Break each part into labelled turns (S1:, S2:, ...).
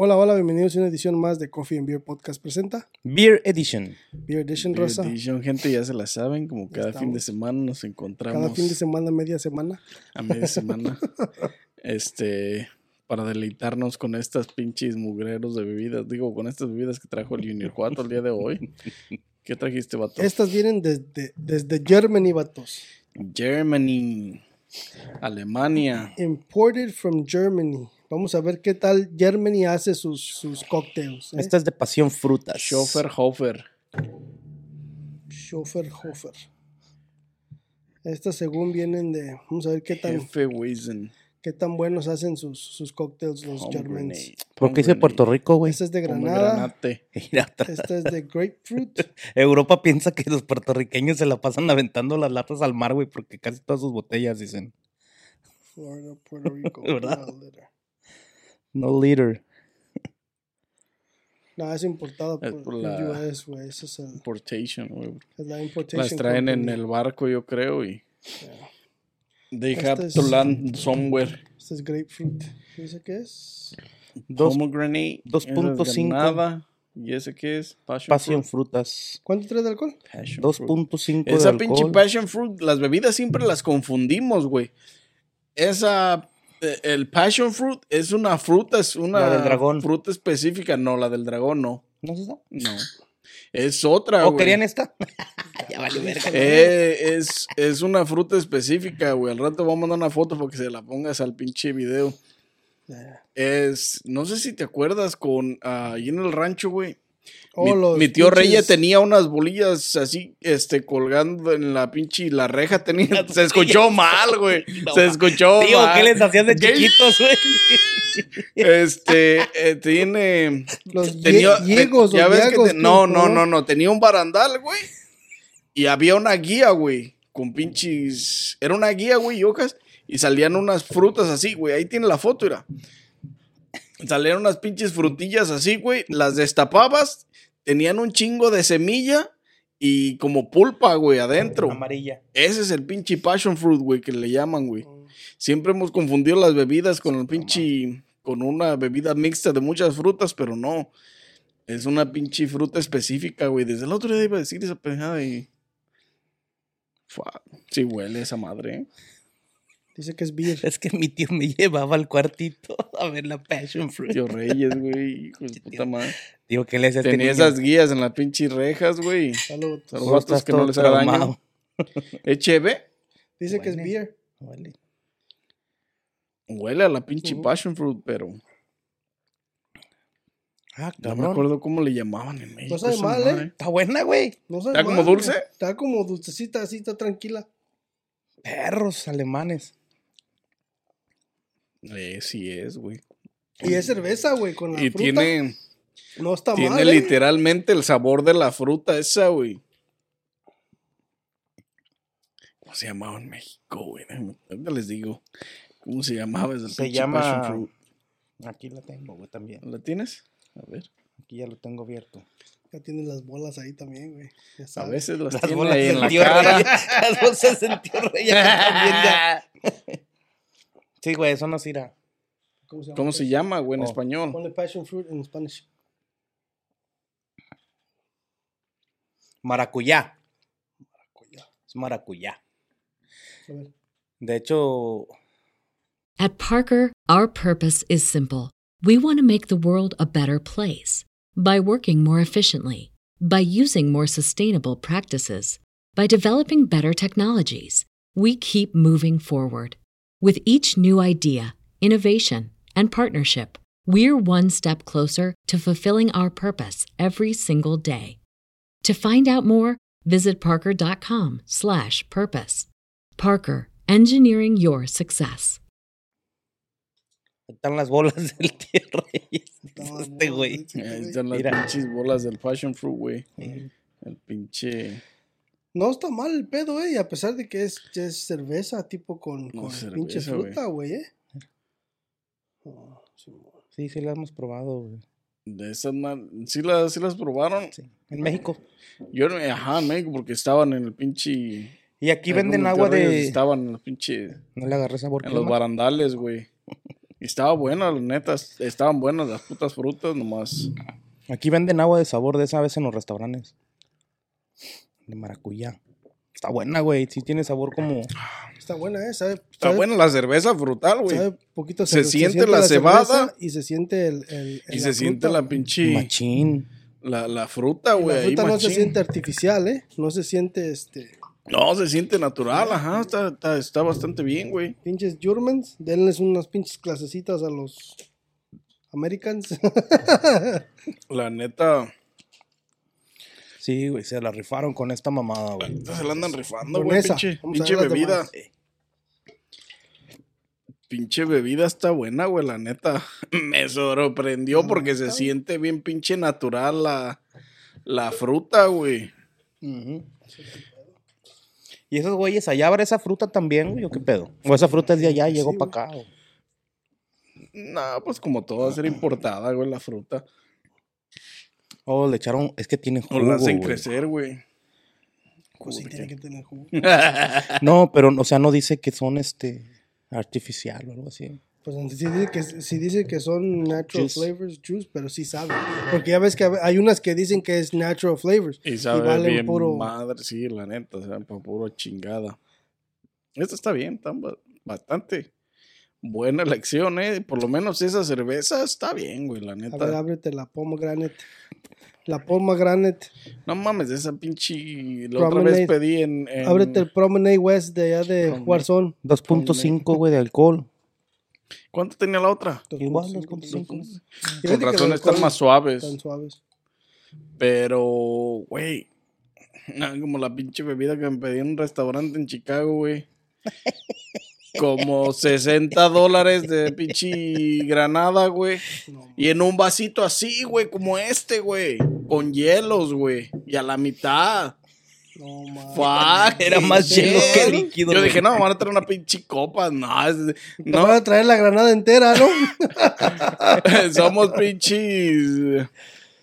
S1: Hola, hola, bienvenidos a una edición más de Coffee and Beer Podcast presenta
S2: Beer Edition.
S1: Beer Edition
S3: Beer
S1: Rosa.
S3: Edition, gente, ya se la saben, como
S1: Ya
S3: cada fin de
S1: estamos.
S3: semana nos encontramos
S1: Cada fin de semana, media semana.
S3: a media semana. este, para deleitarnos con estas pinches mugreros de bebidas, digo, con estas bebidas que trajo el Junior Juato el día de hoy. ¿Qué trajiste, vato?
S1: Estas vienen desde, desde Germany, vatos.
S3: Germany, Alemania.
S1: Imported from Germany. Vamos a ver qué tal Germany hace sus, sus cócteles. ¿eh?
S2: Esta es de pasión frutas.
S3: Schoferhofer.
S1: Schoferhofer. Estas según vienen de... Vamos a ver qué tan,
S3: Jefe Wiesen.
S1: qué tan buenos hacen sus, sus cócteles los Germans.
S2: ¿Por qué dice Puerto Rico, güey?
S1: Esta es de Granada.
S3: Granate.
S2: Mira atrás.
S1: Esta es de Grapefruit.
S2: Europa piensa que los puertorriqueños se la pasan aventando las latas al mar, güey, porque casi todas sus botellas dicen
S1: Florida, Puerto Rico.
S2: ¿Verdad?
S1: Now later.
S2: no liter.
S1: No, es importado
S3: Es
S1: por,
S3: por
S1: el
S3: la-
S1: US, güey. Esa es, el-
S3: Importation, güey.
S1: es la importation.
S3: Las traen en
S1: company.
S3: el barco, yo creo, y. They
S1: Esta Este
S3: have
S1: es-
S3: to land somewhere.
S1: Este es grapefruit. ¿Dice qué es?
S2: Dos
S3: Pomegranate,
S2: dos
S3: esa es
S2: punto cinco.
S3: granada, ¿Y ese qué es? Passion,
S2: pasión
S3: fruit.
S2: frutas.
S1: ¿Cuánto trae de alcohol?
S3: Passion fruit.
S2: 2.5 de
S3: Esa
S2: alcohol.
S3: pinche passion fruit, las bebidas siempre las confundimos, güey. Esa, eh, el passion fruit es una fruta, es una
S2: La del dragón.
S3: fruta específica. No, la del dragón no.
S2: ¿No es esa? ¿O
S3: No. Es otra, Ah, güey.
S2: querían esta? ya vale verga.
S3: Eh, es, es una fruta específica, güey. Al rato voy a mandar una foto para que se la pongas al pinche video. Es, no sé si te acuerdas con, ah, ahí en el rancho, güey.
S1: Oh,
S2: Oh,
S3: mi, mi tío Reyes tenía unas bolillas así, este, colgando en la pinche, la reja tenía. Se escuchó mal, güey.
S2: No,
S3: se
S2: ma-
S3: escuchó
S2: Tío,
S3: mal.
S2: ¿qué les hacías de
S3: ¿Qué?
S2: chiquitos, güey?
S3: Este, eh, tiene.
S1: Los
S3: tenía-
S1: ye- yegos,
S3: te- ya
S1: los
S3: ves que
S1: yagos,
S3: te- no,
S1: ¿qué?
S3: no,
S1: ¿Cómo?
S3: no, no. Tenía un barandal, güey. Y había una guía, güey. Con pinches. Era una guía, güey, y hojas. Y salían unas frutas así, güey. Ahí tiene la foto, era. Salieron unas pinches frutillas así, güey. Las destapabas. Tenían un chingo de semilla. Y como pulpa, güey, adentro.
S2: Amarilla.
S3: Ese es el pinche passion fruit, güey, que le llaman, güey. Siempre hemos confundido las bebidas con el pinche. con una bebida mixta de muchas frutas, pero no. Es una pinche fruta específica, güey. Desde el otro día iba a decir esa pendejada y. Fua, sí huele esa madre, ¿eh?
S1: Dice que es beer.
S2: Es que mi tío me llevaba al cuartito a ver la passion fruit.
S3: Tío Reyes, güey. Hijo de puta madre.
S2: Digo, ¿qué le hacías de
S3: Tenía
S2: niño?
S3: esas guías en las pinches rejas, güey.
S1: Salud.
S3: Salud. Los
S2: Estás
S3: que no
S2: todo
S3: les haga daño.
S2: traumado.
S3: ¿Es cheve?
S1: Dice que es
S2: Huele.
S1: beer.
S2: Vale.
S3: Huele a la pinche
S1: Ujú.
S3: passion fruit, pero.
S2: Ah,
S3: No me
S2: cabrón.
S3: acuerdo cómo le llamaban en México.
S1: sabe
S3: esa
S1: mal, ¿eh?
S3: madre.
S2: Está buena, güey.
S1: No sabe
S3: ¿Está como
S1: mal, güey.
S3: dulce?
S1: Está como dulcecita, así está tranquila.
S2: Perros alemanes.
S3: Eh, sí es, güey.
S1: Y es cerveza, güey, con la
S3: Y
S1: fruta.
S3: tiene,
S1: no está
S3: tiene
S1: mal. ¿eh?
S3: literalmente el sabor de la fruta esa, güey. ¿Cómo se llamaba en México, güey? Déjame- Ahorita les digo. ¿Cómo se llamaba esa
S2: Se
S3: pinche
S2: llama-
S3: passion fruit?
S2: Aquí la tengo, güey, también.
S3: ¿La tienes? A ver.
S2: Aquí ya lo tengo abierto.
S1: Ya tiene las bolas ahí también, güey. Ya
S3: A
S1: sabes.
S3: veces las,
S2: Las
S3: tiene
S2: bolas
S3: ahí
S2: del
S3: en la
S2: tío
S3: cara.
S2: Reyes. Las bolsas del tío Reyes también ya. Sí, güey, eso no sirve.
S1: ¿Cómo se llama?
S3: ¿Cómo se llama, güey, en
S2: Oh.
S3: español?
S1: Ponle passion fruit en Spanish.
S2: Maracuyá. Es maracuyá.
S1: A ver.
S2: De hecho,
S4: At Parker, our purpose is simple. We want to make the world a better place by working more efficiently, by using more sustainable practices, by developing better technologies. We keep moving forward. With each new idea, innovation, and partnership, we're one step closer to fulfilling our purpose every single day. To find out more, visit parker.com/purpose. Parker, engineering your success.
S2: están las bolas del tío Reyes.
S1: Está
S2: Dice
S1: mal,
S2: Este güey.
S1: dice que,
S3: Ahí
S1: güey.
S3: están las
S2: Mira.
S3: pinches bolas del passion fruit, güey.
S2: Ujú.
S3: El pinche...
S1: No está mal el pedo, eh. y A pesar de que es, ya es cerveza, tipo con,
S3: No
S1: con
S3: es
S1: pinche
S3: cerveza, güey.
S1: fruta, güey, eh. Oh, sí, mo-
S2: Sí, sí, la hemos probado, güey.
S3: De esas, man- ¿Sí, las, ¿Sí las probaron?
S2: Sí. En México.
S3: Yo, no- ajá, en México, porque estaban en el pinche...
S2: Y aquí
S3: Ahí
S2: venden
S3: donde
S2: agua
S3: Tío Reyes
S2: de.
S3: Estaban en los pinche...
S2: No le agarré sabor.
S3: En los
S2: crema.
S3: barandales, güey. Y estaba buena, las netas. Estaban buenas las putas frutas nomás.
S2: Aquí venden agua de sabor de esa vez en los restaurantes. De maracuyá. Está buena, güey. Sí tiene sabor como...
S1: Está buena, ¿eh? Sabe,
S3: Está
S1: sabe-
S3: buena la cerveza frutal, güey.
S1: sabe poquito
S3: Se
S1: cerve-
S3: siente la
S1: cerveza
S3: cebada.
S1: y se siente el. el-
S3: Y
S1: el-
S3: se siente
S1: fruta.
S3: la pinche.
S2: Machín.
S3: La, la fruta,
S1: Y
S3: güey.
S1: La
S3: ahí,
S1: fruta no se
S3: machín.
S1: siente artificial, ¿eh? No se siente este.
S3: No, se siente natural, ajá. Está, está, está bastante bien, güey.
S1: Pinches Germans, denles unas pinches clasecitas a los Americans.
S3: La neta.
S2: Sí, güey. Se la rifaron con esta mamada, güey.
S3: Se la andan rifando,
S1: Con
S3: güey.
S1: esa.
S3: Pinche,
S1: Vamos a
S3: pinche
S1: ver las
S3: bebida.
S1: demás.
S3: Pinche bebida está buena, güey, la neta. Me sorprendió porque se siente bien pinche natural la, la fruta, güey.
S2: Ujú. Y esos güeyes, allá habrá esa fruta también, güey. ¿O qué pedo? O esa fruta es de allá y llegó para acá. güey.
S3: No, pues como todo va a ser importada, güey, la fruta.
S2: Oh, le echaron... Es que tiene
S3: O
S2: jugo,
S3: la hacen
S2: güey.
S3: crecer, güey.
S1: Pues sí, tiene que tener jugo.
S2: No, pero, o sea, no dice que son, este... Artificial o algo así.
S1: Pues si dice que, sí dice que son natural
S2: Juice.
S1: flavors, juice, pero sí sabe. Porque ya ves que hab- hay unas que dicen que es natural flavors.
S3: Y sabe
S1: valen
S3: bien
S1: puro-
S3: madre, sí, la neta, o sea, pa' puro chingada. Esta está bien, está ba- bastante buena elección, eh. Por lo menos esa cerveza está bien, güey, la
S1: A ver,
S3: neta.
S1: ábrete la pomegranate. La pomegranate.
S3: No mames, esa pinche... La otra
S1: Promenade.
S3: vez pedí en... en-
S1: Ábrete el Promenade West de allá de
S3: Promenade.
S1: Juarzón.
S2: 2.5, güey, de alcohol.
S3: ¿Cuánto tenía la otra?
S2: Igual,
S1: 2.5.
S2: 2.5
S1: Fíjate
S3: Con
S1: que
S3: razón
S1: los
S3: están
S1: alcoholes
S3: más suaves.
S1: Tan suaves.
S3: Pero, güey. no, como la pinche bebida que me pedí en un restaurante en Chicago, güey. Como 60 dólares de pinche granada, güey. Y en un vasito así, güey, como este, güey. Con hielos, güey. Y a la mitad.
S1: No, man.
S3: Fuck.
S2: Era más
S3: shit.
S2: hielo que líquido,
S3: Yo
S2: güey.
S3: dije, no, me van a traer una pinche copa. No, es-
S1: Te van
S3: no
S1: a traer la granada entera, ¿no?
S3: somos pinches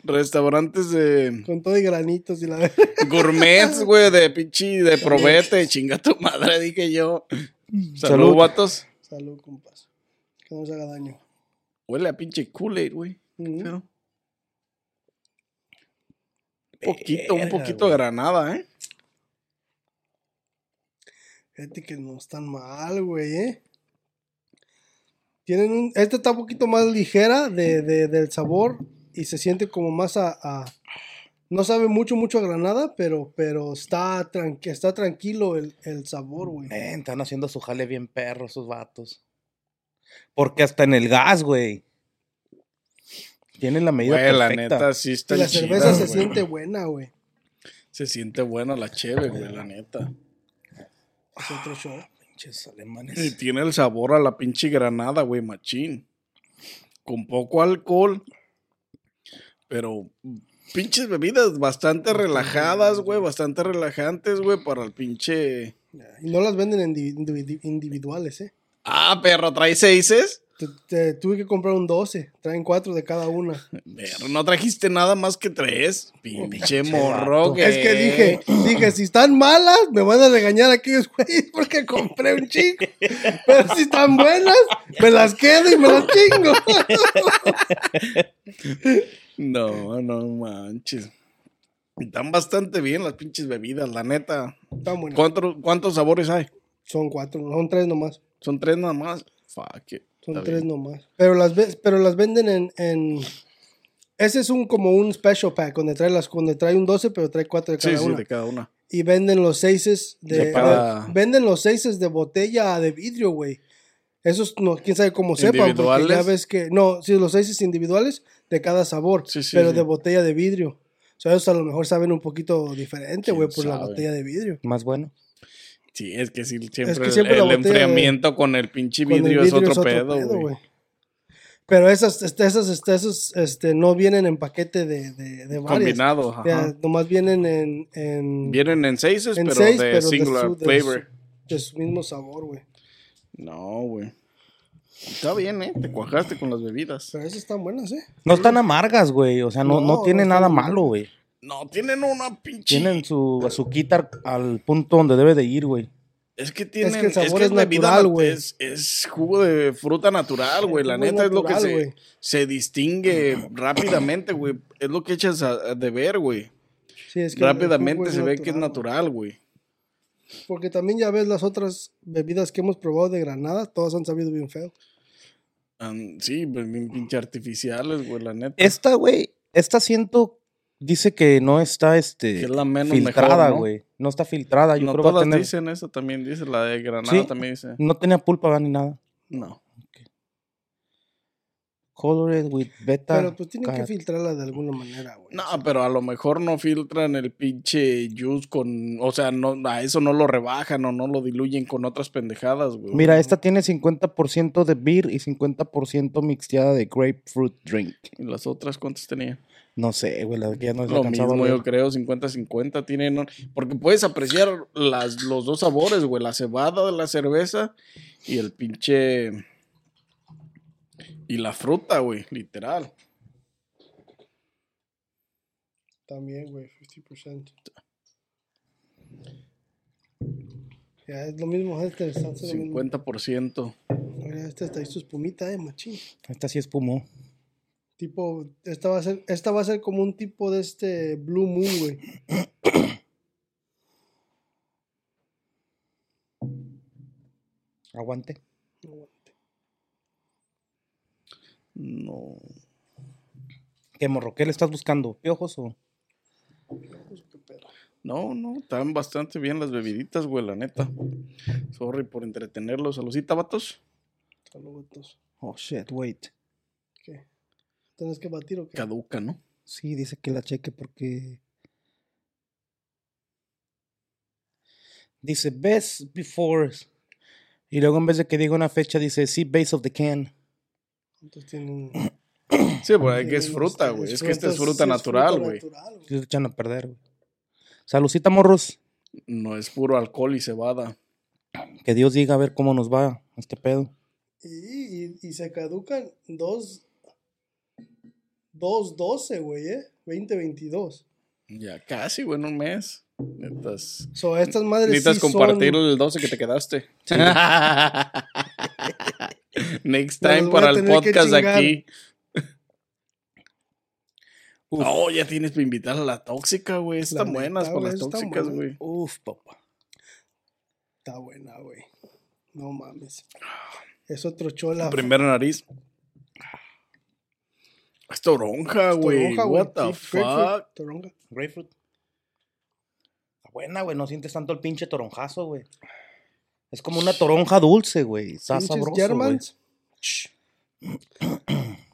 S3: restaurantes de.
S1: Con todo y granitos y la verga.
S3: Gourmets, güey, de pinche, de probete, chinga tu madre, dije yo. Salud,
S2: Salud.
S3: vatos.
S1: Salud, compas. Que no nos haga daño.
S3: Huele a pinche Kool-Aid, güey.
S1: Mm.
S3: Pero. Un poquito, un
S2: Verga,
S3: poquito
S2: güey.
S3: de granada, ¿eh?
S1: Fíjate que no están mal, güey, ¿eh? Tienen un... Esta está un poquito más ligera de, de- del sabor y se siente como más a... a- No sabe mucho, mucho a granada, pero, pero está, tranqui- está tranquilo el, el sabor, güey.
S2: Ven, Eh, están haciendo su jale bien perro esos vatos. Porque hasta en el gas, güey. Tienen la medida
S3: Güey, la
S2: perfecta.
S3: neta, sí está
S1: Y la
S3: chida,
S1: cerveza se
S3: güey.
S1: siente buena, güey.
S3: Se siente buena la cheve, güey, la neta.
S1: Es otro show.
S2: Pinches
S3: Y
S2: alemanes.
S3: tiene el sabor a la pinche granada, güey, machín. Con poco alcohol. Pero pinches bebidas bastante relajadas, güey, bastante relajantes, güey, para el pinche...
S1: Y no las venden en di- individu- individuales, ¿eh?
S3: Ah, perro, ¿trae seises?
S1: Te- te- tuve que comprar un 12. Traen cuatro de cada una.
S3: Perro, ¿no trajiste nada más que tres? Pinche morro,
S2: vato.
S3: que...
S1: Es que dije, dije, si están malas, me van a regañar aquellos güeyes porque compré un chico. Pero si están buenas, me las quedo y me las chingo.
S3: No, no manches. Están bastante bien las pinches bebidas, la neta.
S1: Están buenas.
S3: ¿Cuánto- ¿Cuántos sabores hay?
S1: Son cuatro, son tres nomás.
S3: Son tres nada más. Fuck it.
S1: Son
S3: Está
S1: tres
S3: bien.
S1: nomás. Pero las, ve- pero las venden en, en- Ese es un como un special pack, donde trae, las, donde trae un 12, pero trae cuatro de
S3: Sí,
S1: cada
S3: sí,
S1: una.
S3: de cada una.
S1: Y venden los seises de...
S3: De cada-
S1: eh, venden los seises de botella de vidrio, güey. Esos, no, quién sabe cómo sepan, porque ya
S3: ¿Individuales?
S1: ves que... No, sí, los seises individuales de cada sabor,
S3: Sí, sí,
S1: pero
S3: sí.
S1: de botella de vidrio. O sea, ellos a lo mejor saben un poquito diferente, güey, por la
S3: sabe?
S1: botella de vidrio.
S2: Más bueno.
S3: Sí, es que sí, siempre,
S1: que
S3: el-
S1: siempre
S3: el,
S1: la botella de-
S3: enfriamiento con el pinche
S1: Con el
S3: vidrio, es otro, pedo, güey.
S1: Pero esas, este, esas, este, esas, este, no vienen en paquete de, de, de varias.
S3: Combinado,
S1: O sea,
S3: ajá.
S1: nomás vienen en... en
S3: Vienen en seises,
S1: en
S3: pero
S1: seis,
S3: de
S1: pero de
S3: singular
S1: su- de
S3: flavor.
S1: su- de su mismo sabor, güey.
S3: No, güey. Está bien, ¿eh? Te cuajaste con las bebidas.
S1: Pero esas están buenas, ¿eh?
S2: No están amargas, güey. O sea, no, no,
S1: No,
S2: tiene
S1: no
S2: nada
S1: están-
S2: malo, güey.
S3: No, tienen una pinche...
S2: Tienen su azuquita al punto donde debe de ir, güey.
S3: Es que tienen,
S1: que el sabor es
S3: bebida
S1: natural,
S3: nat-
S1: güey.
S3: Es, es jugo de fruta natural, güey. Pues La
S1: jugo
S3: neta es lo que
S1: natural,
S3: se,
S1: güey.
S3: se distingue rápidamente, güey. Es lo que echas a, a de ver, güey.
S1: Sí, es que el jugo
S3: Rápidamente
S1: es
S3: se ve que es
S1: güey.
S3: natural, güey.
S1: Porque también ya ves las otras bebidas que hemos probado de Granada, todas han sabido bien feo.
S3: Am, sí, pues bien pinche artificiales, güey, la neta.
S2: Esta, güey, esta siento, dice que no está, este,
S3: Que es la menos
S2: filtrada,
S3: mejor, ¿no?
S2: güey. ¿no? está filtrada, yo
S3: no
S2: creo que va a
S3: todas
S2: tener-
S3: dicen eso, también dice. La de Granada
S2: Sí.
S3: también dice.
S2: no tenía pulpa ¿verdad? ni nada.
S3: No.
S2: Colored with beta.
S1: Pero pues tienen que
S2: cat-
S1: filtrarla de alguna manera, güey.
S3: No, pero a lo mejor no filtran el pinche juice con. O sea, no, a eso no lo rebajan o no lo diluyen con otras pendejadas, güey.
S2: Mira, esta tiene 50% de beer y 50% mixteada de grapefruit drink.
S3: ¿Y las otras cuántas tenían?
S2: No sé, güey, la que ya no se
S3: Lo
S2: Pues alcanzaba a
S3: mismo,
S2: leer.
S3: yo creo, 50-50 tienen. ¿no? Porque puedes apreciar las, los dos sabores, güey. La cebada de la cerveza y el pinche. Y la fruta, güey, literal.
S1: También, güey, 50%. Ya, es lo mismo, este está haciendo lo mismo.
S3: 50%.
S1: Mira, Este está ahí su espumita, eh, machín.
S2: Esta sí espumó.
S1: Tipo, esta va a ser, esta va a ser como un tipo de este Blue Moon, güey.
S2: Aguante.
S3: No.
S2: ¿Qué morro? ¿Qué le estás buscando? ¿Piojos o...?
S1: Pues,
S3: No, no, están bastante bien las bebiditas, güey, la neta. Sorry por entretenerlos a los itabatos.
S1: Saludos.
S2: Oh, shit, wait.
S1: ¿Qué? ¿Tienes que batir o qué?
S3: Caduca, ¿no?
S2: Sí, dice que la cheque porque... Dice best before. Y luego en vez de que diga una fecha, dice see base of the can.
S1: Entonces tienen.
S3: Sí, pues es que es
S1: tienen
S3: fruta,
S1: este-
S3: güey. Es que esta es
S1: fruta-
S3: fruta
S1: sí,
S3: natural, güey.
S1: natural,
S2: Sí, se echan a perder, güey. Salucita, morros.
S3: No es puro alcohol y cebada.
S2: Que Dios diga a ver cómo nos va este pedo.
S1: Y, y, y se caducan dos. Dos doce, güey, ¿eh? 2022.
S3: Ya casi, güey, en un mes. Netas.
S1: So, estas madres.
S3: Necesitas
S1: sí
S3: compartir
S1: son-
S3: el 12 que te quedaste. Next
S1: Me los
S3: time
S1: voy a
S3: para el
S1: tener que
S3: podcast
S1: chingar.
S3: aquí.
S2: Uf.
S3: Oh, ya tienes que invitar a la tóxica, güey. Están
S1: neta,
S3: buenas para
S1: güey,
S3: las
S1: están
S3: tóxicas,
S1: buenas.
S3: güey.
S2: Uf, papá.
S1: Está buena, güey. No mames. Es otro chola.
S3: La primera nariz. Es toronja, güey.
S1: Toronja, güey.
S3: What the
S1: Sí, grapefruit,
S3: fuck?
S1: toronja.
S2: Grapefruit. Está buena, güey. No sientes tanto el pinche toronjazo, güey. Es como una toronja dulce, güey. Está
S1: Pinches
S2: sabroso, güey.
S1: Germans.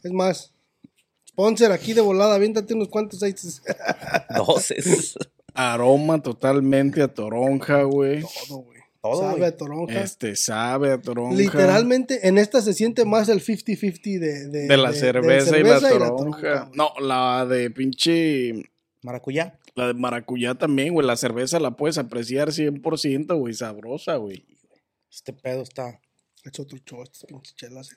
S1: Es más, sponsor aquí de volada, aviéntate unos cuantos ahí.
S2: Doces.
S3: Aroma totalmente a toronja, güey.
S1: Todo, güey.
S2: Todo,
S1: Sabe
S2: güey.
S1: a toronja.
S3: Este sabe a toronja.
S1: Literalmente en esta se siente más el 50-50 de, de,
S3: De la
S1: de-
S3: cerveza,
S1: de
S3: y la
S1: cerveza
S3: toronja.
S1: güey.
S3: no, la de pinche.
S2: Maracuyá.
S3: La de maracuyá también, güey. La cerveza la puedes apreciar 100%, güey. Sabrosa, güey.
S2: Este pedo está.
S1: Es otro show, estas pinches chelas. eh.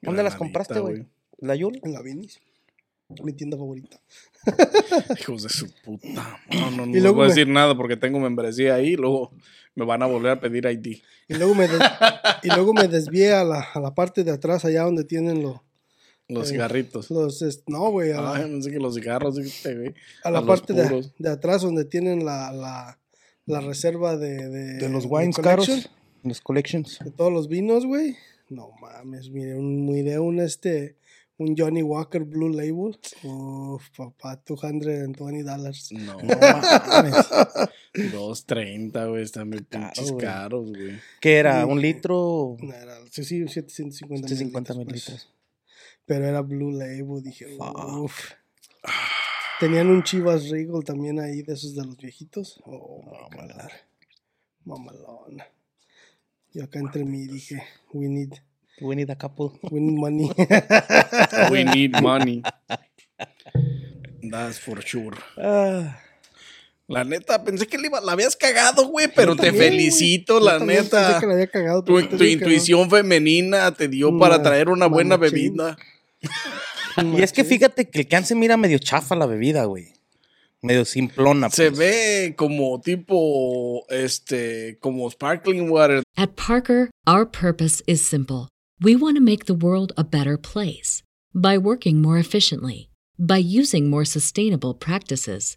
S2: ¿Dónde las
S3: Granadita,
S2: compraste, güey? La Yuli.
S1: En la Vinis. Mi tienda favorita.
S3: Hijos de su puta. No, no, no.
S1: Y
S3: les
S1: luego
S3: voy a
S1: me-
S3: decir nada porque tengo membresía ahí. Luego me van a volver a pedir ID.
S1: Y luego me, des- y luego me desvié a la, a la parte de atrás, allá donde tienen los.
S3: Los
S1: Eh,
S3: cigarritos.
S1: los es- no, güey, a la,
S3: Ay, pensé que los cigarros, dijiste, güey.
S2: Ah,
S1: a la
S3: a los
S1: parte de,
S3: puros.
S1: de atrás donde tienen la, la, la reserva de, de,
S2: De los
S1: de
S2: wines
S1: collection,
S2: caros. Los collections.
S1: De todos los vinos, güey. No mames, miré un, miré un este. Un Johnny Walker Blue Label. Uf, papá, 220 dólares.
S3: No,
S2: mames.
S3: 230, güey. Están bien
S2: Caro,
S3: pinches
S2: güey.
S3: caros, güey.
S2: ¿Qué era? ¿Un litro? Este
S1: No, era, sí, sí, 750
S2: 750
S1: mililitros,
S2: mil
S1: pues.
S2: litros.
S1: Pero era Blue Label, dije, uff. Tenían un Chivas Regal también ahí, de esos de los viejitos. Oh, my God. Mamalón. Yo acá entre mí dije, we need,
S2: We need a couple.
S1: we need money.
S3: We need money. That's for sure.
S2: Ah,
S3: La neta, pensé que le iba- la habías cagado, güey, pero te
S1: también,
S3: felicito,
S1: güey.
S3: la
S1: Yo también
S3: neta.
S1: pensé que la había cagado,
S3: Tu,
S1: pero te digo
S3: tu
S1: que no.
S3: intuición femenina te dio
S1: Ma-
S3: para traer una buena
S1: mamachín.
S3: bebida.
S2: y es que fíjate que el can se mira medio chafa la bebida, güey. Medio simplona.
S3: Se
S2: pues.
S3: ve como tipo, este, como sparkling water.
S4: At Parker, our purpose is simple. We want to make the world a better place by working more efficiently, by using more sustainable practices,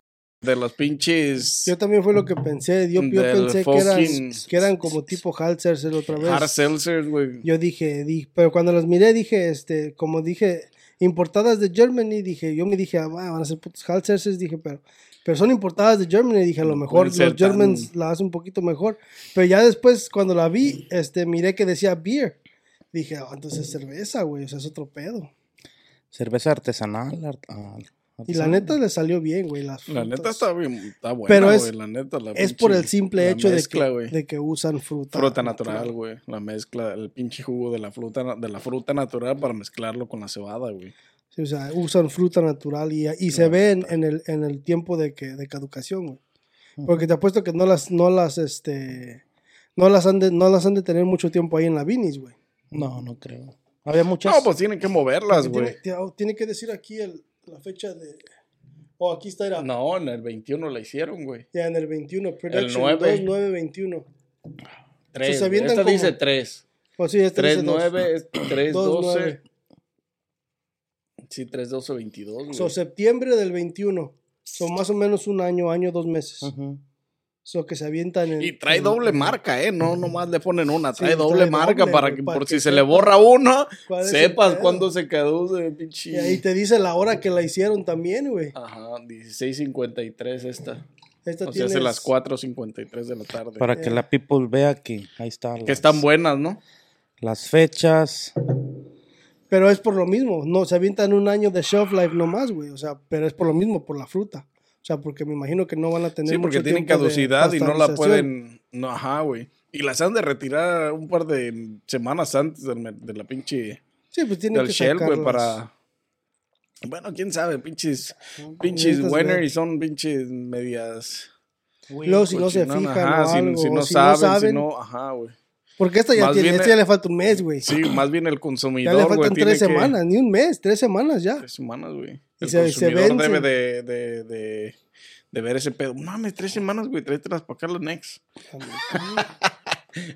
S3: De las pinches
S1: Yo también fue lo que pensé. Yo, yo
S3: Del
S1: pensé que eran,
S3: fucking-
S1: que eran como tipo Halserser otra vez.
S3: hard seltzers, güey.
S1: Yo dije, di- pero cuando las miré dije, este, como dije, importadas de Germany, dije, yo me dije, ah, va, van a ser putos Halsersers, dije, pero, pero son importadas de Germany, dije, a lo
S3: No
S1: mejor
S3: pueden ser
S1: los Germans la hacen un poquito mejor, pero ya después cuando la vi, este, miré que decía beer, dije, ah, entonces es cerveza, güey, o sea, es otro pedo.
S2: Cerveza artesanal. art- ah,
S1: Y la
S2: artesanal.
S1: neta le salió bien, güey, las
S3: La neta
S1: frutas.
S3: está bien, está buena,
S1: Pero es-
S3: güey, la neta. La
S1: Es
S3: pinche-
S1: por el simple
S3: la
S1: hecho
S3: mezcla,
S1: de,
S3: güey.
S1: que, de que Ah, usan fruta.
S3: Fruta natural, güey. La mezcla, el pinche jugo de la fruta, na- de la fruta natural para mezclarlo con la cebada, güey.
S1: Sí, o sea, usan fruta natural y, y se ven en el, en el tiempo de, que, de caducación, güey. Porque te apuesto que no las, no las, este, no las han de, no las han de tener mucho tiempo ahí en la vinis, güey.
S2: No, no creo. Había muchas.
S3: No, pues tienen que moverlas,
S1: Tiene,
S3: güey.
S1: ti- oh, tiene que decir aquí el- la fecha de, oh, aquí está, era,
S3: No, en el 21 la hicieron, güey.
S1: ya en el 21, production
S3: nueve.
S1: 2921.
S3: Tres.
S1: se
S3: güey.
S1: avientan
S3: Esta
S1: como-
S3: dice tres.
S1: Pues sí, este
S3: Tres
S1: dice dos.
S3: nueve, es- tres
S1: Dos
S3: doce.
S1: nueve.
S3: Sí, tres doce, veintidós, güey.
S1: So, septiembre del 21. Son más o menos un año, año, dos meses.
S2: Ujú.
S1: So, que se avientan en...
S3: Y trae
S1: en-
S3: doble marca, ¿eh? No, nomás le ponen una. Trae
S1: Sí,
S3: doble
S1: trae
S3: marca
S1: doble,
S3: para
S1: güey,
S3: que
S1: para
S3: por
S1: que
S3: si se le
S1: sepas
S3: borra uno,
S1: cuál es el
S3: sepas
S1: pedo.
S3: cuándo se caduce, pinche.
S1: Y ahí te dice la hora que la hicieron también, güey.
S3: Ajá, 16.53 esta.
S1: Esta
S3: Ah, O sea, hace
S1: tienes-
S3: las 4.53 de la tarde.
S2: Para que la people vea que ahí está.
S3: Que están buenas, ¿no?
S2: Las fechas.
S1: Pero es por lo mismo, no, se avientan un año de shelf life nomás, güey. O sea, pero es por lo mismo, por la fruta. O sea, porque me imagino que no van a tener
S3: Sí, porque
S1: mucho
S3: tienen
S1: tiempo de
S3: caducidad y no la
S1: pasteurización.
S3: pueden. No, ajá, güey. Y las han de retirar un par de semanas antes del mer- de la pinche.
S1: Sí, pues tienen
S3: Del
S1: que
S3: shell, güey,
S1: sacarlas.
S3: para. Bueno, quién sabe, pinches. Pinches
S1: Necesitas
S3: winner
S1: ver.
S3: y son pinches medias.
S1: Luego, si no se
S3: cochinonas,
S1: fijan
S3: ajá,
S1: o
S3: si-
S1: algo,
S3: si, no
S1: o si no
S3: saben, si
S1: saben.
S3: no. Ajá, güey.
S1: Porque esta ya,
S3: Más
S1: tiene,
S3: bien,
S1: esta ya le falta un mes, güey.
S3: Sí, más bien el
S1: ya
S3: consumidor.
S1: le
S3: güey,
S1: faltan
S3: tiene
S1: tres
S3: que-
S1: semanas, ni un mes, tres semanas ya.
S3: Tres semanas, güey.
S1: Y
S3: El
S1: se- se
S3: consumidor
S1: vence.
S3: debe de, de, de, de ver ese pedo. Mames, tres semanas, güey. Tráetelas para acá los next.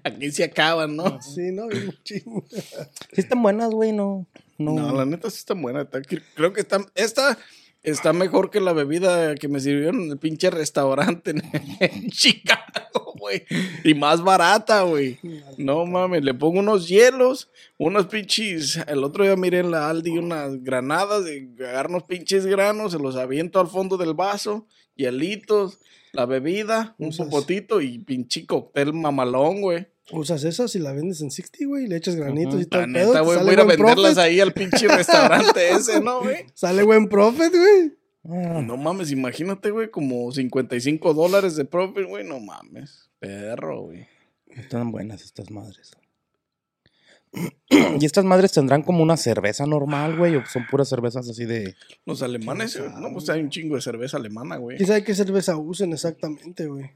S3: Aquí se acaban, ¿no?
S1: Sí, no, bien chingo.
S2: Sí están buenas, güey, no. No,
S3: No, la neta sí está buena. está- creo que está, esta está mejor que la bebida que me sirvieron en el pinche restaurante en, en Chicago, güey. Y más barata, güey. No mames, le pongo unos hielos, unos pinches. El otro día miré en la Aldi unas granadas, y agarro unos pinches granos, se los aviento al fondo del vaso, hielitos, la bebida, un
S1: Usas.
S3: popotito y pinche cóctel mamalón, güey.
S1: Usas esas y la vendes en 60, güey, y le echas granitos y todo
S3: La
S1: el pedo.
S3: neta,
S1: te
S3: güey,
S1: sale
S3: voy a ir a
S1: buen
S3: venderlas
S1: profit.
S3: ahí al pinche restaurante ese, ¿no, güey?
S1: Sale buen profit, güey.
S2: Ah,
S3: No mames, imagínate, güey, como 55 dólares de profit, güey, no mames. Perro, güey.
S2: están buenas estas madres. y estas madres tendrán como una cerveza normal, güey, o son puras cervezas así de.
S3: Los alemanes, güey, no, pues hay un chingo de cerveza alemana, güey.
S1: ¿Quién sabe qué cerveza usen exactamente, güey?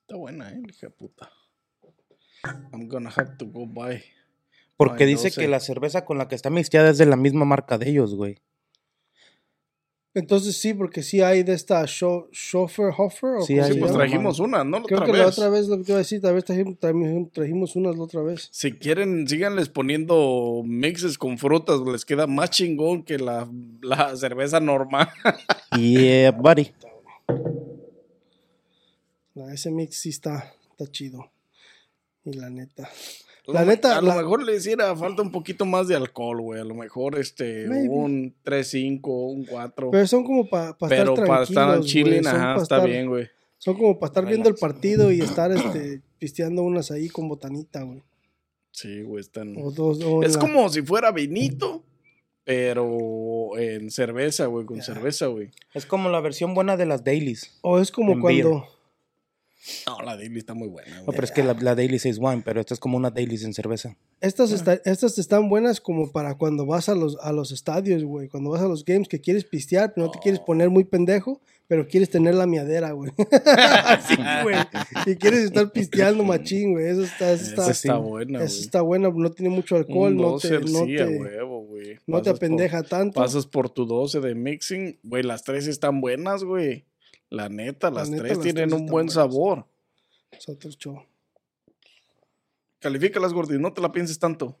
S3: Está buena, eh, hija de puta. I'm gonna have to go buy.
S2: Porque
S3: Ay, no
S2: dice
S3: sé.
S2: que la cerveza con la que está mixteada es de la misma marca de ellos, güey.
S1: Entonces sí, porque sí hay de esta Scho- Schofferhofer. ¿o
S2: Sí,
S1: cómo
S2: hay
S1: se
S3: Sí,
S1: llama?
S3: pues
S2: una.
S3: trajimos una, ¿no? La
S1: Creo
S3: otra
S1: que
S3: vez.
S1: la otra vez lo que te iba a decir, tal vez trajim- trajim- trajimos unas la otra vez.
S3: Si quieren, síganles poniendo mixes con frutas, les queda más chingón que la, la cerveza normal.
S2: Yeah, eh, buddy.
S1: La- Ese mix sí está, está chido. Y la neta.
S3: A
S1: La
S3: lo-
S1: neta,
S3: A lo
S1: la-
S3: mejor le hiciera falta un poquito más de alcohol, güey. A lo mejor este,
S1: Maybe.
S3: un 3-5, un 4. Pero,
S1: pero son como para estar
S3: para estar al
S1: tranquilos,
S3: chilling,
S1: güey, son
S3: ajá,
S1: pa'
S3: está
S1: estar-
S3: bien, güey.
S1: Son como para estar viendo el partido y estar este, pisteando unas ahí con botanita, güey.
S3: Sí, güey, están.
S1: O dos, o
S3: Es
S1: la-
S3: como si fuera vinito, pero en cerveza, güey, con cerveza, güey.
S2: Es como la versión buena de las dailies.
S1: O es como
S2: En
S1: cuando.
S3: No, la Daily está muy buena,
S2: No,
S3: güey.
S2: pero es que la, la Daily es wine, pero esta es como una Daily en cerveza.
S1: Estas, esta- estas están buenas como para cuando vas a los, a los estadios, güey. Cuando vas a los games que quieres pistear, pero no te quieres poner muy pendejo, pero quieres tener la miadera, güey. Así, güey. Y quieres estar pisteando machín, güey. Eso está, eso está,
S3: Esa está
S2: sí.
S3: buena,
S1: eso
S3: güey.
S1: está bueno. No tiene mucho alcohol,
S3: Un
S1: no te,
S3: 12,
S1: no
S3: sí, a
S1: te,
S3: huevo, güey.
S1: no te
S3: Pasas por-
S1: apendeja tanto.
S3: Pasas por tu 12 de mixing, güey, las tres están buenas, güey. La neta, las
S1: neta,
S3: tres
S1: las
S3: tienen
S1: tres
S3: un
S1: están
S3: buen
S1: buenas.
S3: sabor.
S1: Es otro show.
S3: Califícalas, gordis, no te la pienses tanto.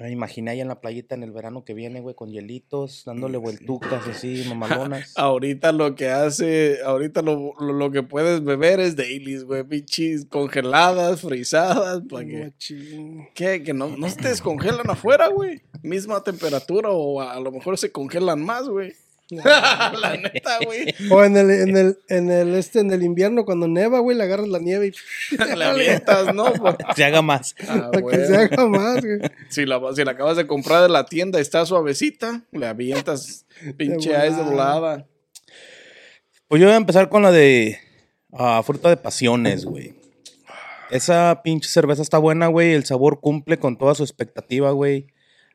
S2: Me imaginé ahí en la playita en el verano que viene, güey, con hielitos, dándole vueltucas así, mamalonas.
S3: Ah, Ahorita lo que hace, ahorita lo, lo, lo que puedes beber es dailies, güey, pinches congeladas, frisadas, para que...
S1: Machín.
S3: ¿Qué? Que no, no se te descongelan afuera, güey. Misma temperatura o a, a lo mejor se congelan más, güey. la neta, Ah, güey.
S1: O en el, en el, en el este, en el invierno, cuando neva, güey, le agarras la nieve y
S3: La avientas, ¿no? Pues, güey?
S2: Se haga más.
S3: Ah,
S1: para que
S3: güey.
S1: se haga más, güey.
S3: Si la, si la acabas de comprar de la tienda y está suavecita, le avientas pinche
S1: volada.
S3: ice de volada.
S2: Pues yo voy a empezar con la de ah, fruta de pasiones, güey. Esa pinche cerveza está buena, güey. El sabor cumple con toda su expectativa, güey.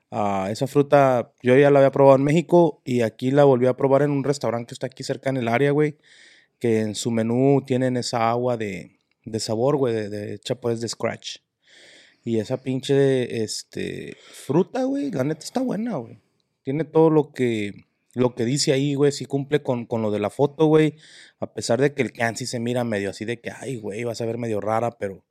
S2: Ah, esa fruta yo ya la había probado en México y aquí la volví a probar en un restaurante que está aquí cerca en el área, güey. Que en su menú tienen esa agua de, de sabor, güey, de, de, hecha pues de scratch. Y esa pinche este, fruta, güey, la neta está buena, güey. Tiene todo lo que, lo que dice ahí, güey. Sí cumple con, con lo de la foto, güey. A pesar de que el can sí se mira medio así de que, ay, güey, vas a ver medio rara, pero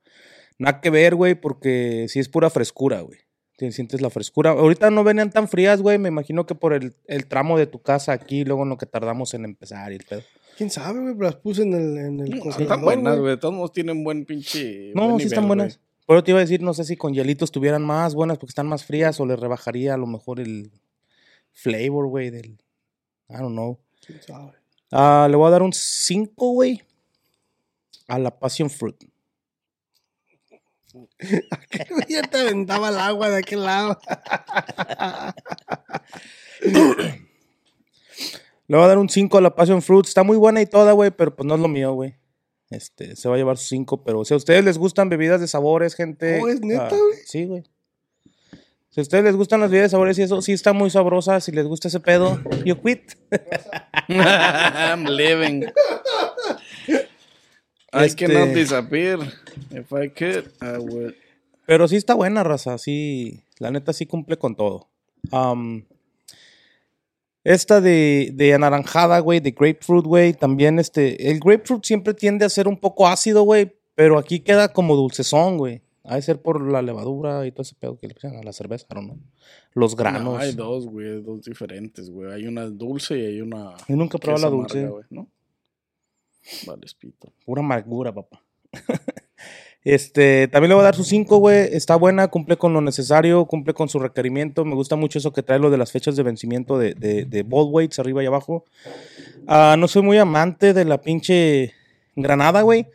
S2: nada que ver, güey, porque sí es pura frescura, güey. Te sientes la frescura. Ahorita no venían tan frías, güey. Me imagino que por el, el tramo de tu casa aquí, luego en lo que tardamos en empezar y el pedo.
S1: ¿Quién sabe, güey? Las puse en el, en el
S3: Pues No,
S1: congelador,
S3: Ah, están buenas,
S1: güey.
S3: güey. Todos modos tienen buen pinche.
S2: No,
S3: buen
S2: sí
S3: nivel,
S2: están
S3: güey.
S2: buenas. Pero te iba a decir, no sé si con hielitos estuvieran más buenas porque están más frías o le rebajaría a lo mejor el flavor, güey, del... I don't know.
S1: ¿Quién sabe?
S2: Ah, le voy a dar un 5, güey, a la Passion Fruit.
S1: ya te aventaba el agua de aquel lado.
S2: Le voy a dar un 5 a la Passion Fruit. Está muy buena y toda, güey, pero pues no es lo mío, güey. Este, se va a llevar su 5, pero si a ustedes les gustan bebidas de sabores, gente.
S1: Oh, ¿es neta,
S2: ah,
S1: güey?
S2: sí, güey. Si a ustedes les gustan las bebidas de sabores y eso, sí está muy sabrosa. Si les gusta ese pedo, you quit.
S3: I'm living. I
S2: Este-
S3: cannot disappear. If I could, I would.
S2: Pero sí está buena, raza. Sí, la neta sí cumple con todo. Am, esta de, de anaranjada, güey, de grapefruit, güey, también este. El grapefruit siempre tiende a ser un poco ácido, güey, pero aquí queda como dulcezón, güey. Ha de ser por la levadura y todo ese pedo que le echan a la cerveza, ¿no? Los granos.
S3: No, hay dos, güey. Dos diferentes, güey. Hay una dulce y hay una.
S2: Yo nunca he
S3: que es
S2: probado la
S3: amarga,
S2: dulce.
S3: güey, ¿no? Vale, espito.
S2: Pura amargura, papá. este, también le voy a dar su 5, güey. Está buena, cumple con lo necesario, cumple con su requerimiento. Me gusta mucho eso que trae lo de las fechas de vencimiento de, de, de ball weights arriba y abajo. Ah, no soy muy amante de la pinche granada, güey.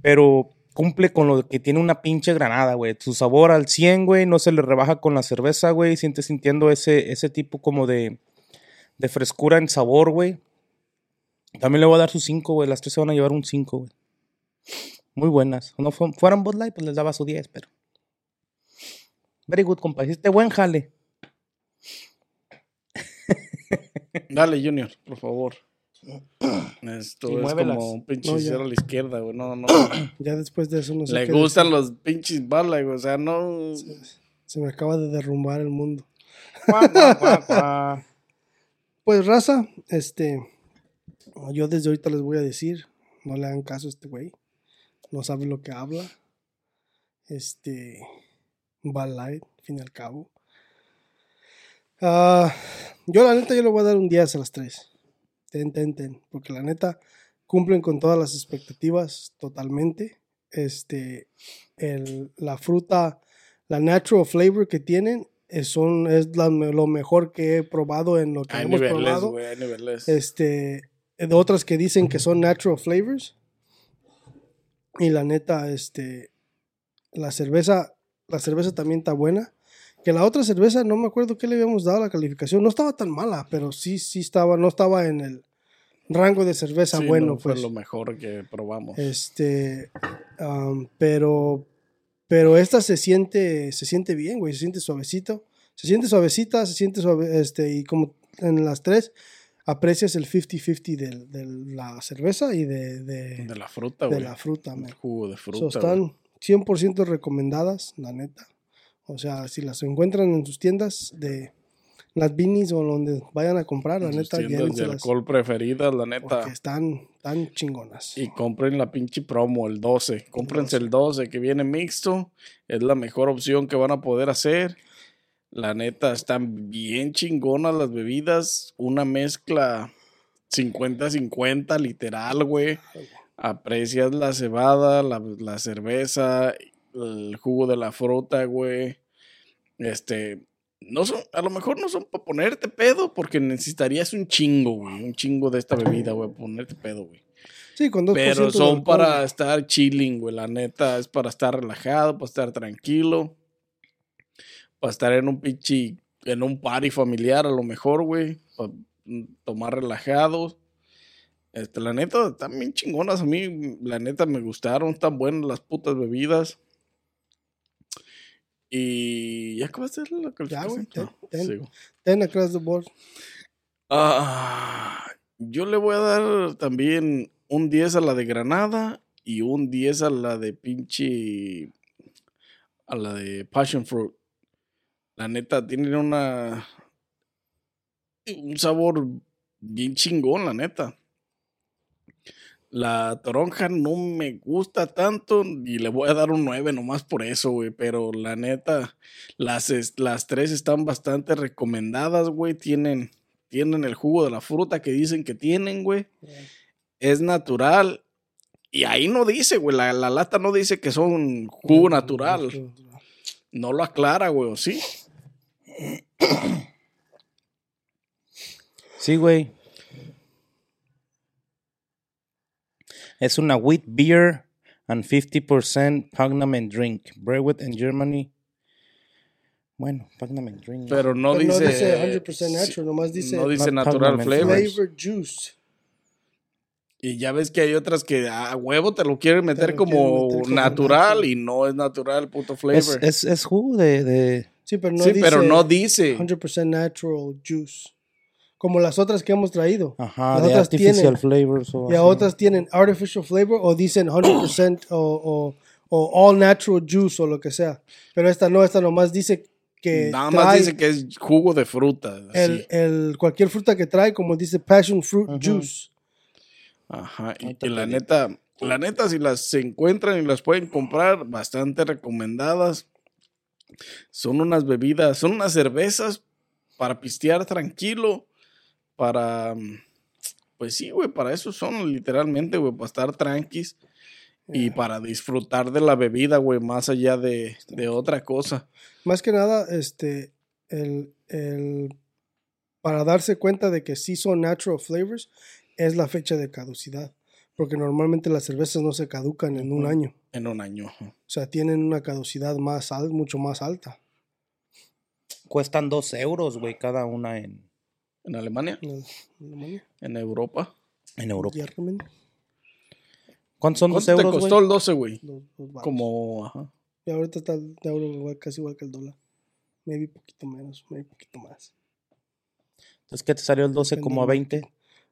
S2: Pero cumple con lo que tiene una pinche granada, güey. Su sabor al 100, güey. No se le rebaja con la cerveza, güey. Sientes sintiendo ese, ese tipo como de, de frescura en sabor, güey. También le voy a dar su 5, güey. Las tres se van a llevar un 5, güey. Muy buenas. No fu- fueran Bud Light, pues les daba su 10, pero. Very good, compa. Hiciste buen jale.
S3: Dale, Junior, por favor. Esto
S2: Y
S3: es
S2: muévelas.
S3: como un pinche
S1: No, ya.
S3: cero a la izquierda, güey. No, no.
S1: Ya después de eso no sé
S3: Le
S1: qué
S3: gustan los pinches balas, güey. O sea, no.
S1: decir. Se me acaba de derrumbar el mundo.
S2: Está
S1: Pues, raza, este. Yo desde ahorita les voy a decir. No le hagan caso a este güey. No sabe lo que habla. Este. Bad Light, fin y al cabo. Ah, yo, la neta, yo le voy a dar un 10 a las 3. Ten, ten, ten. Porque la neta, cumplen con todas las expectativas totalmente. Este. el- la fruta, la natural flavor que tienen. Es, un, es la- lo mejor que he probado en lo que
S3: Hay
S1: hemos
S3: niveles,
S1: probado
S3: güey. Hay niveles.
S1: este de otras que dicen que son natural flavors y la neta este la cerveza la cerveza también está buena que la otra cerveza no me acuerdo qué le habíamos dado la calificación no estaba tan mala pero sí sí estaba no estaba en el rango de cerveza
S3: Sí,
S1: bueno,
S3: no,
S1: pues.
S3: Fue lo mejor que probamos.
S1: Este, am, pero, pero esta se siente, se siente bien, güey, se siente suavecito, se siente suavecita, se siente suave, este, y como en las tres, aprecias el 50-50 del- de la cerveza y de, de-
S3: de la fruta,
S1: de
S3: güey.
S1: la fruta, man.
S3: El jugo de fruta.
S1: So,
S3: güey.
S1: están 100% recomendadas, la neta. O sea, si las encuentran en sus tiendas de las binis o donde vayan a comprar, la
S3: En sus
S1: neta,
S3: tiendas de
S1: llévenselas.
S3: alcohol preferidas, la neta.
S1: Porque están tan chingonas.
S3: Y compren la pinche promo, el 12. Cómprense el 12 que viene mixto. Es la mejor opción que van a poder hacer. La neta, están bien chingonas las bebidas. Una mezcla 50-50, literal, güey. Aprecias la cebada, la, la cerveza, el jugo de la fruta, güey. Este, no son, a lo mejor no son para ponerte pedo, porque necesitarías un chingo, güey. Un chingo de esta bebida, güey, ponerte pedo, güey.
S1: Sí, con 2%
S3: Pero
S1: de
S3: son
S1: alcohol,
S3: para estar chilling, güey. La neta es para estar relajado, para estar tranquilo. Para estar en un pinche, en un party familiar a lo mejor, güey. Para tomar relajados. Este, la neta, están bien chingonas. A mí, la neta, me gustaron. Están buenas las putas bebidas. Y ya acabaste de hacer la calificación.
S1: güey,
S3: No,
S1: ten-
S3: sigo.
S1: Ten across the board.
S3: Ah, yo le voy a dar también un 10 a la de Granada y un 10 a la de pinche. a la de Passion Fruit. La neta, tienen una. un sabor bien chingón, la neta. La toronja no me gusta tanto y le voy a dar un 9 nomás por eso, güey. Pero la neta, las, es- las tres están bastante recomendadas, güey. Tienen tienen el jugo de la fruta que dicen que tienen, güey. Es natural. Y ahí no dice, güey. La, la lata no dice que son jugo natural. No lo aclara, güey, ¿o sí?
S2: Sí, güey. Es una wheat beer and 50% Pagnum and drink. Brewed in Germany. Bueno, Pagnum and drink.
S3: Pero no
S1: Pero
S3: dice.
S1: no dice 100% natural, nomás dice
S3: no dice
S2: Not
S3: natural
S2: Parliament
S3: flavor.
S2: flavors.
S1: Flavor juice.
S3: Y ya ves que hay otras que a huevo te lo quieren meter
S1: lo quieren
S3: como
S1: meter como
S3: natural
S1: natural.
S3: y no es natural el puto flavor.
S2: es, es, es jugo de, de-
S1: Sí, pero no
S3: sí,
S1: dice
S3: pero no dice.
S1: 100% natural juice. Como las otras que hemos traído.
S2: Ajá,
S1: las
S2: de
S1: otras
S2: artificial
S1: tienen,
S2: flavors. O
S1: Y a
S2: así.
S1: otras tienen artificial flavor o dicen 100% o, o, o all natural juice o lo que sea. Pero esta no, esta nomás dice que
S3: Nada
S1: trae
S3: más dice que es jugo de fruta. así.
S1: el, el, cualquier fruta que trae, como dice passion fruit juice.
S3: Ajá, y,
S2: Ahorita
S3: y la
S2: te
S3: neta, la neta, si las se encuentran y las pueden comprar, bastante recomendadas. Son unas bebidas, son unas cervezas para pistear tranquilo, para, mm, pues sí, güey, para eso son literalmente, güey, para estar tranquis y para disfrutar de la bebida, güey, más allá de, de otra cosa.
S1: Más que nada, este, el, el- para darse cuenta de que sí son natural flavors, es la fecha de caducidad. Porque normalmente las cervezas no se caducan en un
S3: Ujú.
S1: año.
S3: En un año.
S1: O sea, tienen una caducidad más al- mucho más alta.
S2: Cuestan dos euros, güey, cada una en,
S3: En Alemania,
S1: ¿No? ¿No?
S3: en Europa.
S2: en Europa.
S1: Germen,
S2: ¿Cuántos son dos
S3: ¿Cuánto te
S2: euros,
S3: costó
S2: güey?
S3: el 12, güey?
S1: los- los varos.
S3: Como, ajá.
S1: Y ahorita está el euro igual- casi igual que el dólar. Maybe poquito menos, maybe poquito más.
S2: Entonces, ¿qué te salió el 12 como a 20?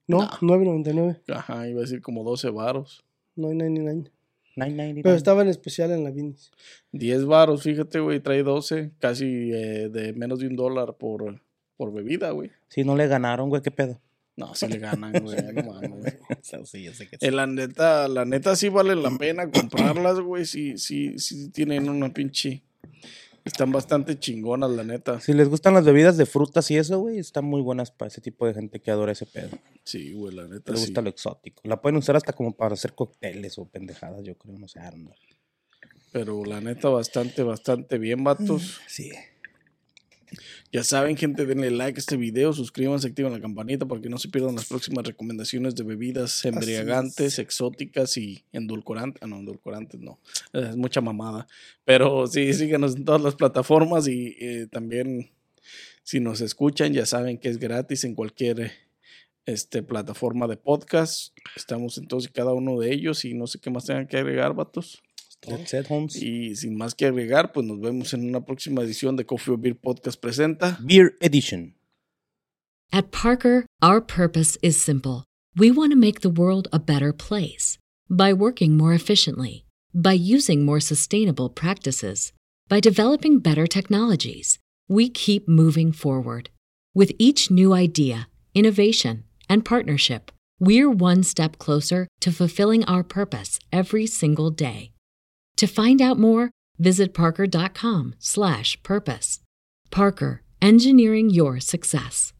S1: No,
S3: Nah.
S1: 9.99,
S3: Ajá, iba a decir como 12 varos.
S1: 9.99.
S2: 9.99.
S1: Pero estaba en especial en la Vinis.
S3: 10 varos, fíjate, güey, trae 12, casi eh, de menos de un dólar por, por bebida, güey.
S2: Si no le ganaron, güey, ¿qué pedo?
S3: No, si le ganan, güey, no mames, güey.
S2: sí, yo sé que
S3: Eh, la neta, la neta sí vale la pena comprarlas, güey, sí, sí, sí tienen una pinche... Están bastante chingonas, la neta.
S2: Si les gustan las bebidas de frutas y eso, güey, están muy buenas para ese tipo de gente que adora ese pedo.
S3: Sí, güey, la neta
S2: Les
S3: sí.
S2: gusta lo exótico. La pueden usar hasta como para hacer cócteles o pendejadas, yo creo, no sé, Arnold.
S3: Pero la neta, bastante, bastante bien, vatos.
S2: Sí.
S3: Ya saben, gente, denle like a este video, suscríbanse, activen la campanita para que no se pierdan las próximas recomendaciones de bebidas embriagantes, exóticas y endulcorantes. Ah, no, endulcorantes no. Es mucha mamada. Pero sí, síganos en todas las plataformas y eh, también si nos escuchan, ya saben que es gratis en cualquier eh, este, plataforma de podcast. Estamos entonces cada uno de ellos y no sé qué más tengan que agregar, vatos.
S2: That's it, Holmes.
S3: Y sin más que agregar, pues nos vemos en una próxima edición de Coffee or Beer Podcast presenta.
S2: Beer Edition.
S4: At Parker, our purpose is simple. We want to make the world a better place by working more efficiently, by using more sustainable practices, by developing better technologies. We keep moving forward. With each new idea, innovation, and partnership, we're one step closer to fulfilling our purpose every single day. To find out more, visit parker.com/purpose. Parker, engineering your success.